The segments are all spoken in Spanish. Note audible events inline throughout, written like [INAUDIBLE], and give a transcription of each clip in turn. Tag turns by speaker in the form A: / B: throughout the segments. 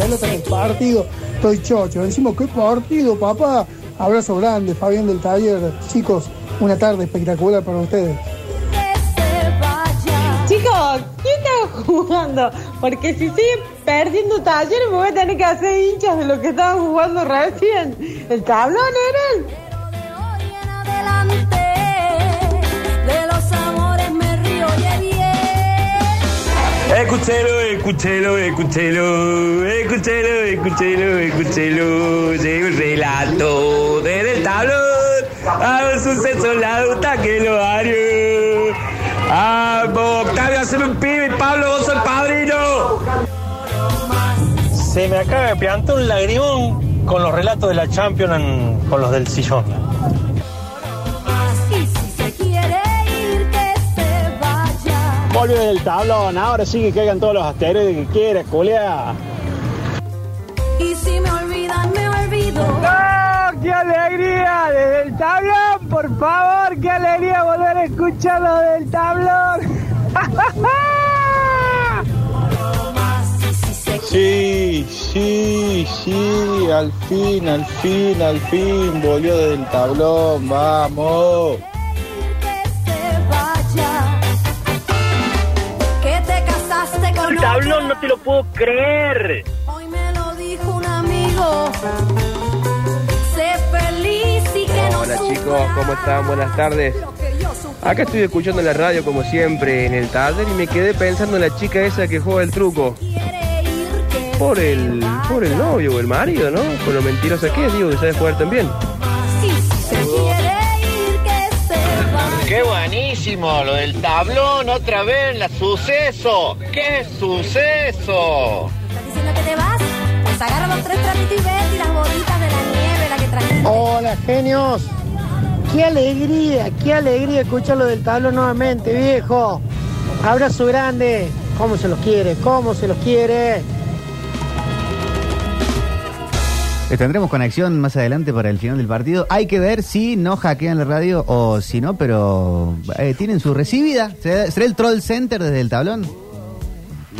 A: pelota en el partido. Estoy chocho. Decimos, qué partido, papá. Abrazo grande, Fabián del Taller. Chicos, una tarde espectacular para ustedes.
B: Chicos, ¿quién está jugando? Porque si siguen perdiendo talleres me voy a tener que hacer hinchas de lo que estaban jugando recién. El tablón era el-
C: Escúchelo, escúchelo, escúchelo, escúchelo, escúchelo, escúchelo. Llega un relato desde el tablón a un suceso lauta que lo haría. Ah, vos, Octavio, haceme un pibe, Pablo, vos sos el padrino.
D: Se me acaba de plantar un lagrimón con los relatos de la Champions en- con los del sillón.
E: Volvió del tablón, ahora sí que caigan todos los asteroides que quieras, colea.
F: Y si me olvidan, me olvido.
D: ¡Qué alegría! ¡Desde el tablón, por favor! ¡Qué alegría volver a escuchar lo del tablón! [LAUGHS]
G: Sí, sí, sí, al fin, al fin, al fin, volvió desde el tablón, vamos.
F: Que te casaste con
H: El
F: otro.
H: tablón no te lo puedo creer.
F: Hoy me lo dijo un amigo. Sé feliz y que no
I: Hola
F: sufras
I: chicos, ¿cómo están? Buenas tardes.
F: lo que yo sufrí.
I: Acá estoy escuchando la radio como siempre en el taller y me quedé pensando en la chica esa que juega el truco.
F: Quiere ir que
I: Por
F: se
I: el,
F: vaya.
I: por el novio o el marido, ¿no? Por lo mentirosa que es, digo, que sabe jugar también.
F: Y si se quiere ir que se vaya.
J: Qué buenísimo, lo del tablón, otra vez, la suceso. ¡Qué suceso!
F: ¿Estás diciendo que te vas? Pues agarra los tres trapitos y vete y las bolitas de la nieve, la que trajiste.
I: Oh,
K: Hola, genios. Qué alegría, qué alegría escucharlo del tablón nuevamente, viejo. Abrazo grande. ¿Cómo se los quiere? ¿Cómo se los quiere?
L: Eh, Tendremos conexión más adelante para el final del partido. Hay que ver si no hackean la radio o si no, pero eh, tienen su recibida. ¿Será, será el Troll Center desde el tablón?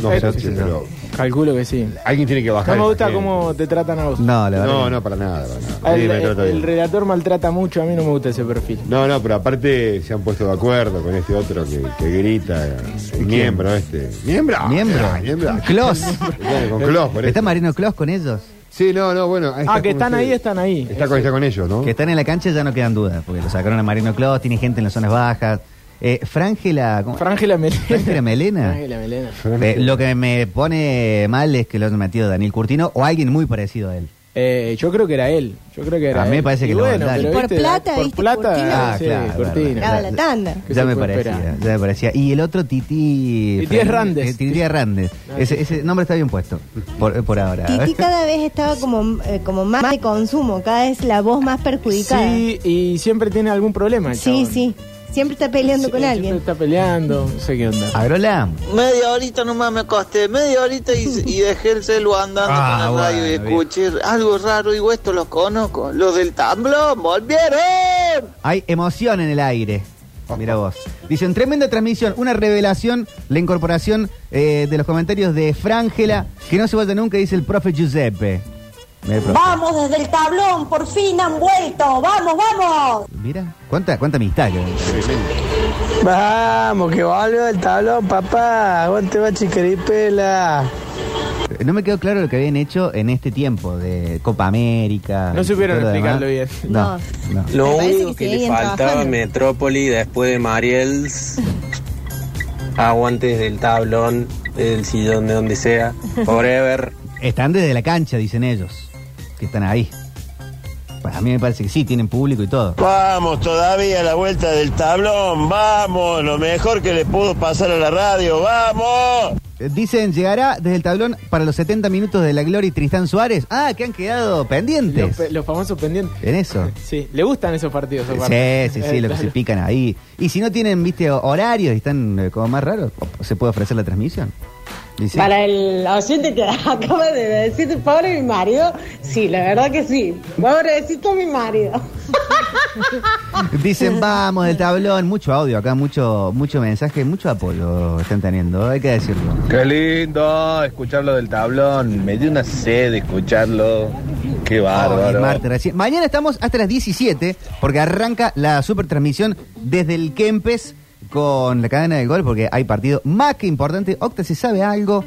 M: No
L: Eh,
M: sé,
L: sí, sí,
M: pero
N: Calculo que sí.
M: alguien tiene que bajar.
N: No me gusta
M: esa gente.
N: cómo te tratan a vos.
L: No, la verdad
M: No,
L: que
M: no, para nada. para nada.
N: Ah, El,
M: Sí, me
N: el-
M: trata
N: el
M: bien.
N: relator maltrata mucho, a mí no me gusta ese perfil.
M: No, no, pero aparte se han puesto de acuerdo con este otro que, que grita. El miembro este. ¿Miembro?
L: Miembro.
M: Ah, miembro. [LAUGHS]
L: Clos.
M: Claro, con Clos, por
L: ¿Está
M: eso.
L: Marino Clos con ellos?
M: Sí, no, no, bueno. ahí
N: Ah, que
M: con
N: están
M: ustedes.
N: ahí, están ahí.
M: Está con, está con ellos, ¿no?
L: Que están en la cancha ya no quedan dudas, porque lo sacaron a Marino Clos, tiene gente en las zonas bajas. Eh, Frangela... ¿cómo?
N: Frangela Melena.
L: Frangela Melena.
N: Frangela Melena.
L: Eh, lo que me pone mal es que lo han metido Daniel Curtino o alguien muy parecido a él.
N: Eh, yo creo que era él. Yo creo que era
L: A mí me
N: él.
L: parece que
N: Y
L: lo
N: bueno,
L: mandaron.
N: pero
L: Por
N: viste,
O: plata,
N: por
O: viste,
N: plata,
O: Cortina.
L: Ah,
N: sí,
L: claro,
N: Cortina.
O: Daba la tanda.
N: ¿Qué
L: Ya
N: se
L: me
N: puede
L: parecía,
N: esperar?
L: ya me parecía. Y el otro Titi...
N: Titi Hernández.
L: Eh, Titi Hernández. Ese, ese nombre está bien puesto, por, por
N: Ah.
L: ahora.
O: Titi cada vez estaba como, eh, como más de consumo, cada vez la voz más perjudicada.
N: Sí, y siempre tiene algún problema. el
O: sí,
N: chabón.
O: sí. Siempre está peleando
N: Sí,
O: con
N: siempre
O: alguien.
N: está peleando, no sé qué onda.
L: Agrola.
P: Media horita nomás me costé, media horita y, y dejé el celu andando
L: Ah,
P: con la radio y
L: bueno,
P: escuché algo raro. Digo, esto los conozco. Los del tablón volvieron.
L: Hay emoción en el aire. Mira vos. Dicen, tremenda transmisión, una revelación, la incorporación eh, de los comentarios de Frangela, que no se vaya nunca, dice el profe Giuseppe. Mira, el profe.
Q: Vamos desde el tablón, por fin han vuelto. Vamos, vamos.
L: Mira, cuánta, cuánta amistad que hay.
E: Vamos, que volvió del tablón, papá. Aguante, bachiqueripela.
L: Eh, No me quedó claro lo que habían hecho en este tiempo de Copa América.
N: No
L: y
N: supieron
L: todo lo demás.
N: explicarlo bien.
L: No, no.
R: Lo
O: Me parece que
R: único que,
O: sí,
R: le
O: bien
R: faltaba a
O: trabajando.
R: Metrópoli después
O: [LAUGHS]
R: de Mariels, aguantes del tablón, del sillón, de
O: [LAUGHS]
R: donde sea, forever.
L: Están desde la cancha, dicen ellos, que están ahí. Para mí me parece que sí, tienen público y todo.
S: Vamos, todavía la vuelta del tablón, vamos, lo mejor que le pudo pasar a la radio, vamos.
L: Eh, Dicen, llegará desde el tablón para los 70 minutos de la gloria y Tristán Suárez. Ah, que han quedado
N: Los,
L: pendientes
N: pe- los famosos pendientes.
L: en eso.
N: Sí, le gustan esos partidos.
L: Sí, sí, sí, lo
N: [LAUGHS]
L: que se pican ahí. Y si no tienen, viste, ho- horarios y están eh, como más raros, ¿se puede ofrecer la transmisión? Dice,
B: Para el oyente que [LAUGHS] acaba de decir, pobre mi marido, sí, la verdad que sí. Pobrecito mi marido.
L: [LAUGHS] Dicen, vamos del tablón. Mucho audio acá, mucho, mucho mensaje, mucho apoyo están teniendo, hay que decirlo.
G: Qué lindo escucharlo del tablón. Me dio una sed de escucharlo. Qué
L: Hoy
G: bárbaro.
L: es martes recién. Mañana estamos hasta las 17 porque arranca la super transmisión desde el Kempes con la cadena del gol porque hay partido más que importante. Octa, ¿se sabe algo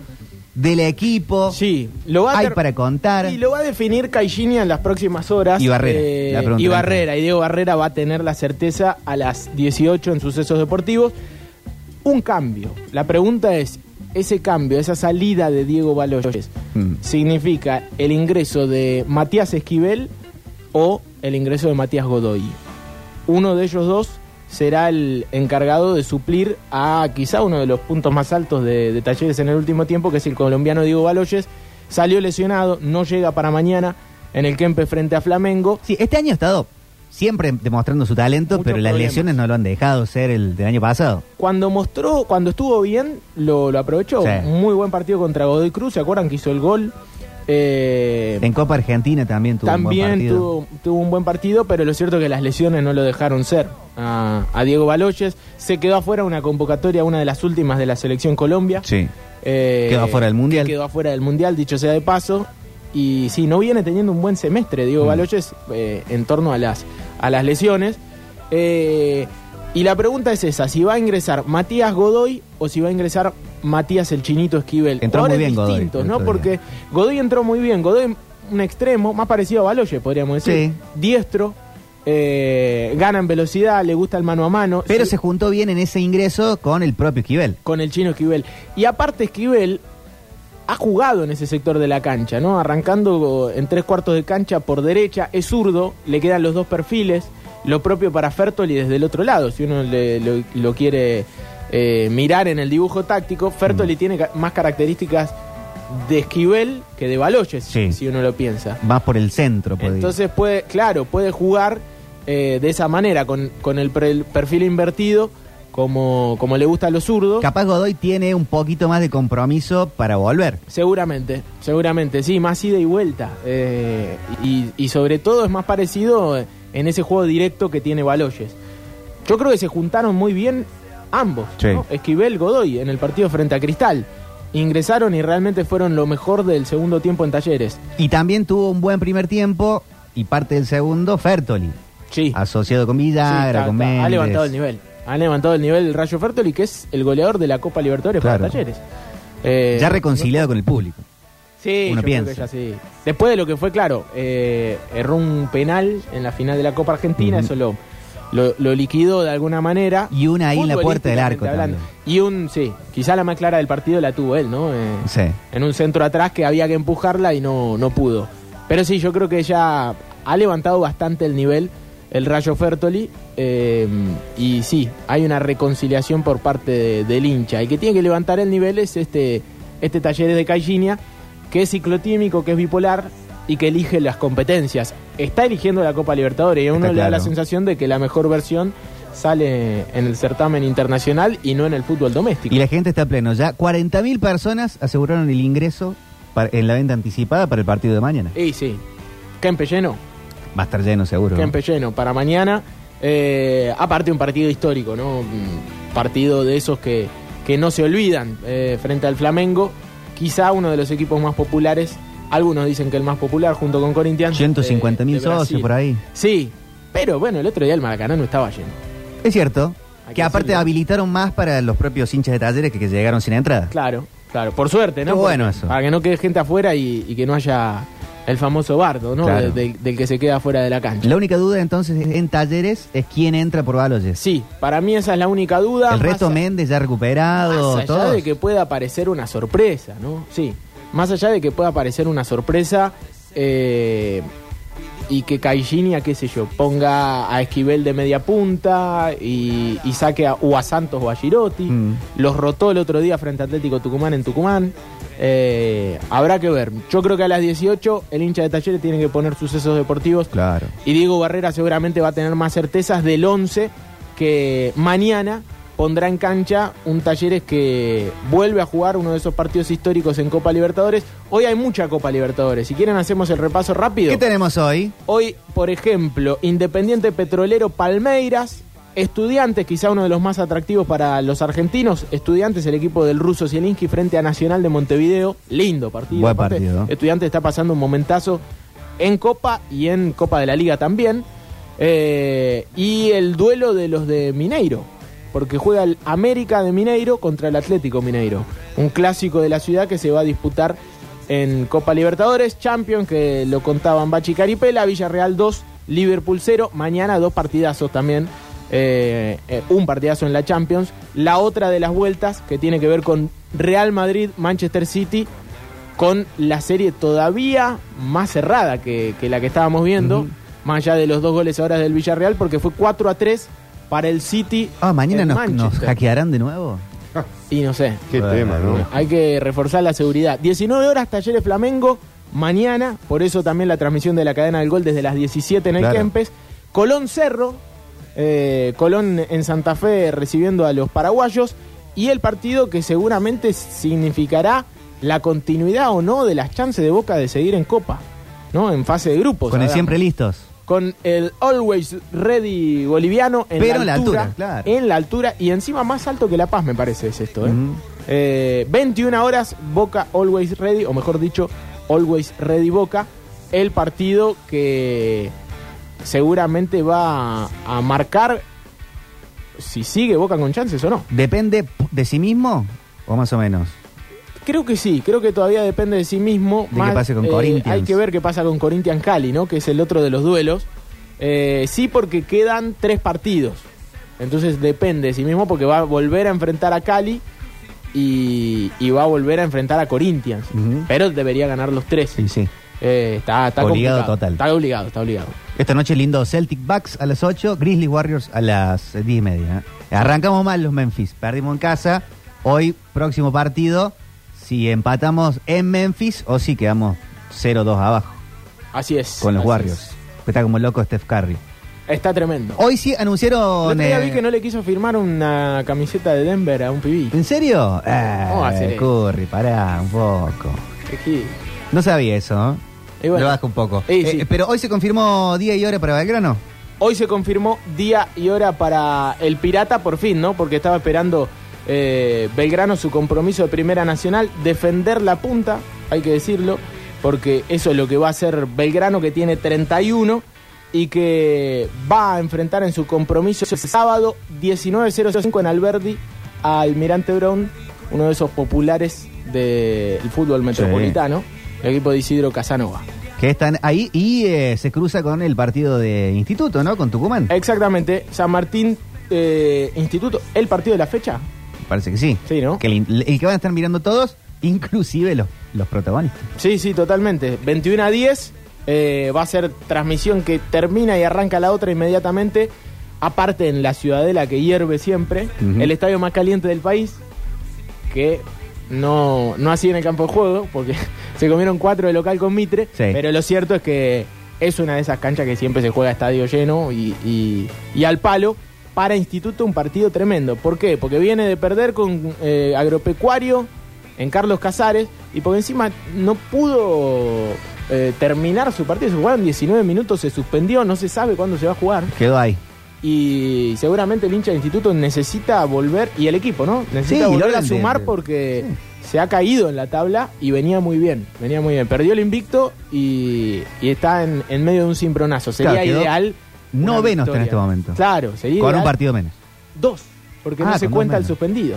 L: del equipo? Sí,
N: lo va a
L: hay
N: ter-
L: para contar.
N: Y lo va a definir Caixinha en las próximas horas. eh,
L: Y Barrera, la pregunta
N: y
L: del
N: Barrera. Y Diego Barrera va a tener la certeza a las 18 en sucesos deportivos. Un cambio. La pregunta es, ese cambio, esa salida de Diego Baloyes, ¿significa el ingreso de Matías Esquivel o el ingreso de Matías Godoy? Uno de ellos dos será el encargado de suplir a quizá uno de los puntos más altos de, de Talleres en el último tiempo, que es el colombiano Diego Baloyes. Salió lesionado, no llega para mañana en el Kempe frente a Flamengo.
L: Sí, este año ha estado siempre demostrando su talento, pero las
N: problemas.
L: lesiones no lo han dejado ser el del año pasado.
N: Cuando mostró, cuando estuvo bien, lo, lo aprovechó.
L: Sí.
N: Muy buen partido contra Godoy Cruz, ¿se acuerdan que hizo el gol? Eh,
L: En Copa Argentina también tuvo un buen
N: también
L: partido.
N: tuvo, tuvo un buen partido, pero lo cierto es que las lesiones no lo dejaron ser a, a Diego Baloyes. Se quedó afuera una convocatoria, una de las últimas de la selección Colombia.
L: Sí.
N: Eh,
L: Quedó afuera del Mundial.
N: que Quedó afuera del Mundial, dicho sea de paso. Y sí, no viene teniendo un buen semestre, Diego
L: Mm.
N: Baloyes, eh, en torno a las, a las lesiones. Eh, y la pregunta es esa, si va a ingresar Matías Godoy o si va a ingresar Matías el Chinito Esquivel.
L: Entró muy
N: Jugadores
L: bien Godoy,
N: distintos, ¿no?
L: entró
N: Porque Godoy entró muy bien. Godoy, un extremo, más parecido a Baloyes, podríamos decir. Diestro, eh, gana en velocidad, le gusta el mano a mano.
L: Pero
N: Sí
L: se juntó bien en ese ingreso con el propio Esquivel.
N: con el chino Esquivel. Y aparte Esquivel ha jugado en ese sector de la cancha, ¿no? Arrancando en tres cuartos de cancha por derecha, es zurdo, le quedan los dos perfiles, lo propio para Fertoli desde el otro lado, si uno le- lo, lo quiere eh, mirar en el dibujo táctico, Fertoli tiene ca- más características de Esquivel que de Baloyes,
L: Sí.
N: si uno lo piensa.
L: Más por el centro, podría.
N: Entonces puede, claro, puede jugar eh, de esa manera, con, con el, pre- el perfil invertido, como, como le gusta a los zurdos.
L: Capaz Godoy tiene un poquito más de compromiso para volver.
N: Seguramente, seguramente, sí, más ida y vuelta. eh, y, y sobre todo es más parecido en ese juego directo que tiene Baloyes. Yo creo que se juntaron muy bien ambos,
L: Sí.
N: ¿no? Esquivel, Godoy, en el partido frente a Cristal. Ingresaron y realmente fueron lo mejor del segundo tiempo en Talleres.
L: Y también tuvo un buen primer tiempo y parte del segundo, Fertoli.
N: Sí.
L: Asociado con
N: Sí,
L: Villagra,
N: está-
L: Ah, con
N: está-
L: Méndez.
N: ha levantado el nivel. Ha levantado el nivel el Rayo Fertoli, que es el goleador de la Copa Libertadores para
L: Claro.
N: Talleres. Eh,
L: ya reconciliado con el público.
N: Sí,
L: Uno
N: yo creo que
L: piensa.
N: ya sí. Después de lo que fue, claro, eh, erró un penal en la final de la Copa Argentina,
L: Ujú.
N: eso lo, lo, lo liquidó de alguna manera.
L: Y una ahí en la puerta del arco
N: Futbolísticamente hablando. Y un, sí, quizá la más clara del partido la tuvo él, ¿no? Eh,
L: Sí.
N: en un centro atrás que había que empujarla y no, no pudo. Pero sí, yo creo que ya ha levantado bastante el nivel el Rayo Fertoli. eh, y sí, hay una reconciliación por parte de- del hincha. El que tiene que levantar el nivel es este, este taller de Caixinha, que es ciclotímico, que es bipolar y que elige las competencias. Está eligiendo la Copa Libertadores y a uno
L: Está
N: le da la
L: claro.
N: sensación de que la mejor versión sale en el certamen internacional y no en el fútbol doméstico.
L: Y la gente está a pleno. Ya 40.000 personas aseguraron el ingreso para- en la venta anticipada para el partido de mañana.
N: Y sí, Kempe lleno.
L: Va a estar lleno seguro.
N: Kempe lleno para mañana. Eh, aparte un partido histórico, ¿no? Un partido de esos que, que no se olvidan eh, frente al Flamengo. Quizá uno de los equipos más populares. Algunos dicen que el más popular junto con Corinthians.
L: 150.000
N: de- de Brasil.
L: socios por ahí.
N: Sí, pero bueno, el otro día el Maracaná no estaba lleno.
L: Es cierto.
N: Hay
L: Que
N: que
L: aparte
N: decirlo.
L: habilitaron más para los propios hinchas de talleres que, que llegaron sin entrada.
N: Claro, claro. Por suerte, ¿no?
L: Qué bueno
N: Porque-
L: eso.
N: Para que no quede gente afuera y, y que no haya el famoso bardo, ¿no?
L: Claro.
N: De- del- del que se queda afuera de la cancha.
L: La única duda entonces en talleres es quién entra por Baloyes.
N: Sí, para mí esa es la única duda.
L: El resto
N: Más a-
L: Méndez ya recuperado,
N: Más allá
L: todo.
N: de que pueda aparecer una sorpresa, ¿no? Sí. Más allá de que pueda aparecer una sorpresa eh, y que Caixinha, qué sé yo, ponga a Esquivel de media punta y, y saque a, o a Santos o a Girotti. Los rotó el otro día frente a Atlético Tucumán en Tucumán. Eh, habrá que ver. Yo creo que a las 18 el hincha de Talleres tiene que poner sucesos deportivos.
L: Claro.
N: Y Diego Barrera seguramente va a tener más certezas del 11 que mañana pondrá en cancha un Talleres que vuelve a jugar uno de esos partidos históricos en Copa Libertadores. Hoy hay mucha Copa Libertadores. Si quieren hacemos el repaso rápido.
L: ¿Qué tenemos hoy?
N: Hoy, por ejemplo, Independiente Petrolero Palmeiras, Estudiantes, quizá uno de los más atractivos para los argentinos. Estudiantes, el equipo del ruso Zielinski frente a Nacional de Montevideo. Lindo partido.
L: Buen
N: aparte.
L: partido.
N: Estudiantes está pasando un momentazo en Copa y en Copa de la Liga también. Eh, y el duelo de los de Mineiro, porque juega el América de Mineiro contra el Atlético Mineiro. Un clásico de la ciudad que se va a disputar en Copa Libertadores, Champions, que lo contaban Bachi Caripela, Villarreal 2, Liverpool 0. Mañana dos partidazos también. eh, eh, un partidazo en la Champions. La otra de las vueltas que tiene que ver con Real Madrid, Manchester City, con la serie todavía más cerrada que, que la que estábamos viendo, más allá de los dos goles ahora del Villarreal, porque fue 4 a 3 para el City.
L: Ah, mañana
N: en
L: nos, nos
N: Manchester.
L: hackearán de nuevo.
N: Y no sé.
M: Qué tema, ¿no?
N: Hay que reforzar la seguridad. 19 horas, Talleres Flamengo, mañana, por eso también la transmisión de la cadena del gol desde las 17 en el
L: Claro.
N: Kempes. Colón Cerro, eh, Colón en Santa Fe recibiendo a los paraguayos y el partido que seguramente significará la continuidad o no de las chances de Boca de seguir en Copa, ¿no? En fase de grupos.
L: Con el
N: Adán.
L: siempre listos.
N: Con el Always Ready boliviano en
L: Pero
N: la altura.
L: en la altura, claro.
N: En la altura y encima más alto que La Paz, me parece, es esto. ¿eh? Eh, 21 horas, Boca Always Ready, o mejor dicho, Always Ready Boca. El partido que seguramente va a marcar si sigue Boca con chances o no.
L: ¿Depende p- de sí mismo o más o menos?
N: Creo que sí, creo que todavía depende de sí mismo. eh,
L: De qué pase con Corinthians.
N: Hay que ver qué pasa con Corinthians Cali, ¿no? Que es el otro de los duelos. Eh, sí, porque quedan tres partidos. Entonces depende de sí mismo porque va a volver a enfrentar a Cali y, y va a volver a enfrentar a Corinthians. Pero debería ganar los tres.
L: Sí, sí.
N: Eh, está, está
L: Obligado
N: complicado.
L: total.
N: Está obligado, está obligado.
L: Esta noche lindo Celtic Bucks a las 8, Grizzly Warriors a las 10 y media. ¿eh? Arrancamos mal los Memphis, perdimos en casa. Hoy, próximo partido, si empatamos en Memphis o si quedamos 0-2 abajo
N: Así es.
L: con los
N: así
L: Warriors. Está como loco Steph Curry.
N: es. Está tremendo.
L: Hoy sí anunciaron...
N: El otro día vi
L: eh,
N: que no le quiso firmar una camiseta de Denver a un pibí.
L: ¿En serio? Eh,
N: ¿Cómo va a ser eso?
L: Curry, pará un poco. No sabía eso, ¿eh?
N: Y bueno.
L: Lo bajo un poco.
N: Y sí.
L: Eh, pero hoy se confirmó día y hora para Belgrano.
N: Hoy se confirmó día y hora para el Pirata, por fin, ¿no? Porque estaba esperando eh, Belgrano su compromiso de Primera Nacional, defender la punta, hay que decirlo, porque eso es lo que va a hacer Belgrano, que tiene 31 y que va a enfrentar en su compromiso ese sábado 19.05 en Alberdi a Almirante Brown, uno de esos populares del fútbol metropolitano, el equipo de Isidro Casanova.
L: Que están ahí y eh, se cruza con el partido de Instituto, ¿no? Con Tucumán.
N: Eh. Exactamente, San Martín eh, Instituto, el partido de la fecha.
L: Parece que sí.
N: Sí, ¿no?
L: Que el, in- el que van a estar mirando todos, [LAUGHS] inclusive los, los protagonistas.
N: Sí, sí, totalmente. 21 a 10 eh, va a ser transmisión que termina y arranca la otra inmediatamente. Aparte en la ciudadela que hierve siempre,
L: Ujú.
N: el estadio más caliente del país, que no, no así en el campo de juego, porque [LAUGHS] se comieron cuatro de local con Mitre,
L: Sí.
N: pero lo cierto es que es una de esas canchas que siempre se juega a estadio lleno y, y- y al palo. Para Instituto un partido tremendo. ¿Por qué? Porque viene de perder con eh, Agropecuario en Carlos Casares y porque encima no pudo eh, terminar su partido. Se jugaron 19 minutos, se suspendió, no se sabe cuándo se va a jugar.
L: Quedó ahí.
N: Y seguramente el hincha del instituto necesita volver, y el equipo, ¿no?
L: Sí,
N: Necesita
L: el
N: volver a
L: orden de-
N: sumar
L: de-
N: porque se ha caído en la tabla y venía muy bien. Venía muy bien. Perdió el invicto y, y está en, en medio de un cimbronazo. Sería
L: Claro, quedó
N: ideal. una
L: Noveno está en
N: victoria.
L: este momento.
N: Claro, sería
L: Con un
N: ideal
L: partido menos.
N: Dos, porque
L: Ah,
N: no se
L: con dos
N: cuenta el
L: menos.
N: suspendido.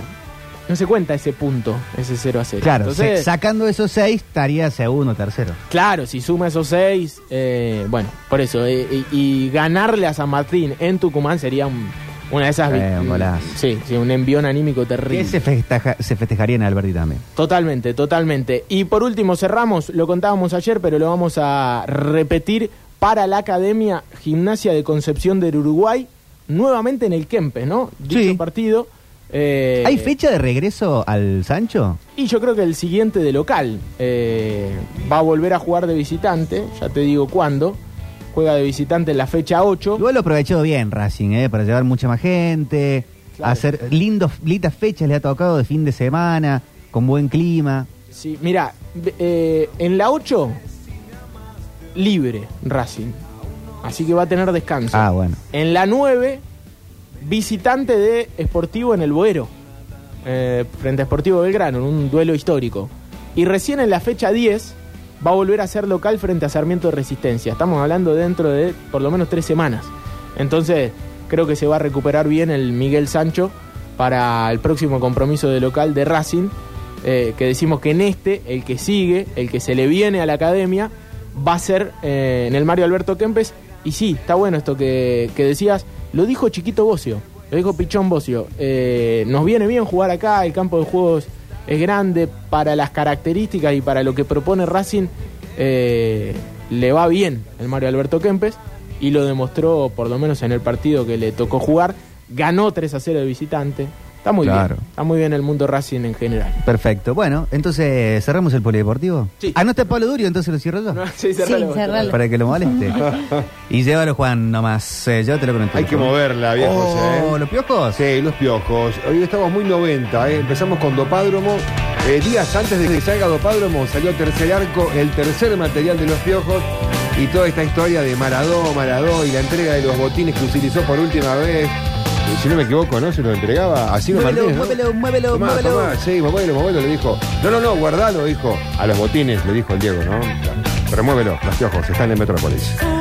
N: No se cuenta ese punto, ese 0 a 0.
L: Claro, se-
N: Entonces,
L: sacando esos seis, estaría segundo, tercero.
N: Claro, si suma esos seis, eh, bueno, por eso. eh, y, y ganarle a San Martín en Tucumán sería un- una de esas. vi-
L: Eh, un golazo.
N: sí, sí, un envión anímico terrible.
L: Que se, festeja- se festejaría en Alberti también.
N: Totalmente, totalmente. Y por último, cerramos, lo contábamos ayer, pero lo vamos a repetir para la Academia Gimnasia de Concepción del Uruguay, nuevamente en el Kempes, ¿no? Dicho partido. eh,
L: ¿Hay fecha de regreso al Sancho?
N: y yo creo que el siguiente de local eh, va a volver a jugar de visitante, ya te digo cuándo. Juega de visitante en la fecha 8.
L: Igual lo aprovechó bien Racing, ¿eh? Para llevar mucha más gente. hacer lindos, lindas fechas le ha tocado de fin de semana, con buen clima.
N: Sí, mira, eh, en la 8, libre Racing. Así que va a tener descanso.
L: Ah, bueno.
N: En la 9, visitante de Sportivo en el Boero. eh, frente a Sportivo Belgrano, en un duelo histórico. Y recién en la fecha 10 va a volver a ser local frente a Sarmiento de Resistencia. Estamos hablando dentro de por lo menos tres semanas. Entonces, creo que se va a recuperar bien el Miguel Sancho para el próximo compromiso de local de Racing. eh, que decimos que en este, el que sigue, el que se le viene a la academia, va a ser eh, en el Mario Alberto Kempes. Y sí, está bueno esto que, que decías. Lo dijo Chiquito Bocio, lo dijo Pichón Bocio. Eh, nos viene bien jugar acá, el campo de juegos es grande para las características y para lo que propone Racing. eh, le va bien el Mario Alberto Kempes y lo demostró por lo menos en el partido que le tocó jugar. Ganó 3 a 0 de visitante. Está muy
L: Claro.
N: bien. Está muy bien el mundo Racing en general. [LAUGHS]
L: Perfecto. Bueno, entonces cerramos el polideportivo. Ah, no está Pablo Durio, entonces lo cierro yo.
N: sí, cerralo. Sí, cerralo.
L: Para que lo
M: [LAUGHS]
L: moleste. y llévalo, Juan, nomás. Eh, llévatelo con el
M: Hay que moverla, viejo. ¿eh?
L: Oh, ¿Los piojos?
M: Sí, los piojos. Hoy estamos muy 90, ¿eh? Empezamos con Dopádromo. Eh, días antes de que salga Dopádromo salió Tercer Arco, el tercer material de los piojos. Y toda esta historia de Maradó, Maradó y la entrega de los botines que utilizó por última vez. Eh, Si no me equivoco, ¿no? Se lo entregaba a Ciro
L: Muévelo,
M: Martínez. ¿no?
L: muévelo, muévelo,
M: Tomá,
L: muévelo.
M: tomá, sí, movélo, movélo, le dijo. No, no, no, guardalo, dijo. A los botines, le dijo el Diego, ¿no? Pero muévelo, los piojos, están en Metrópolis.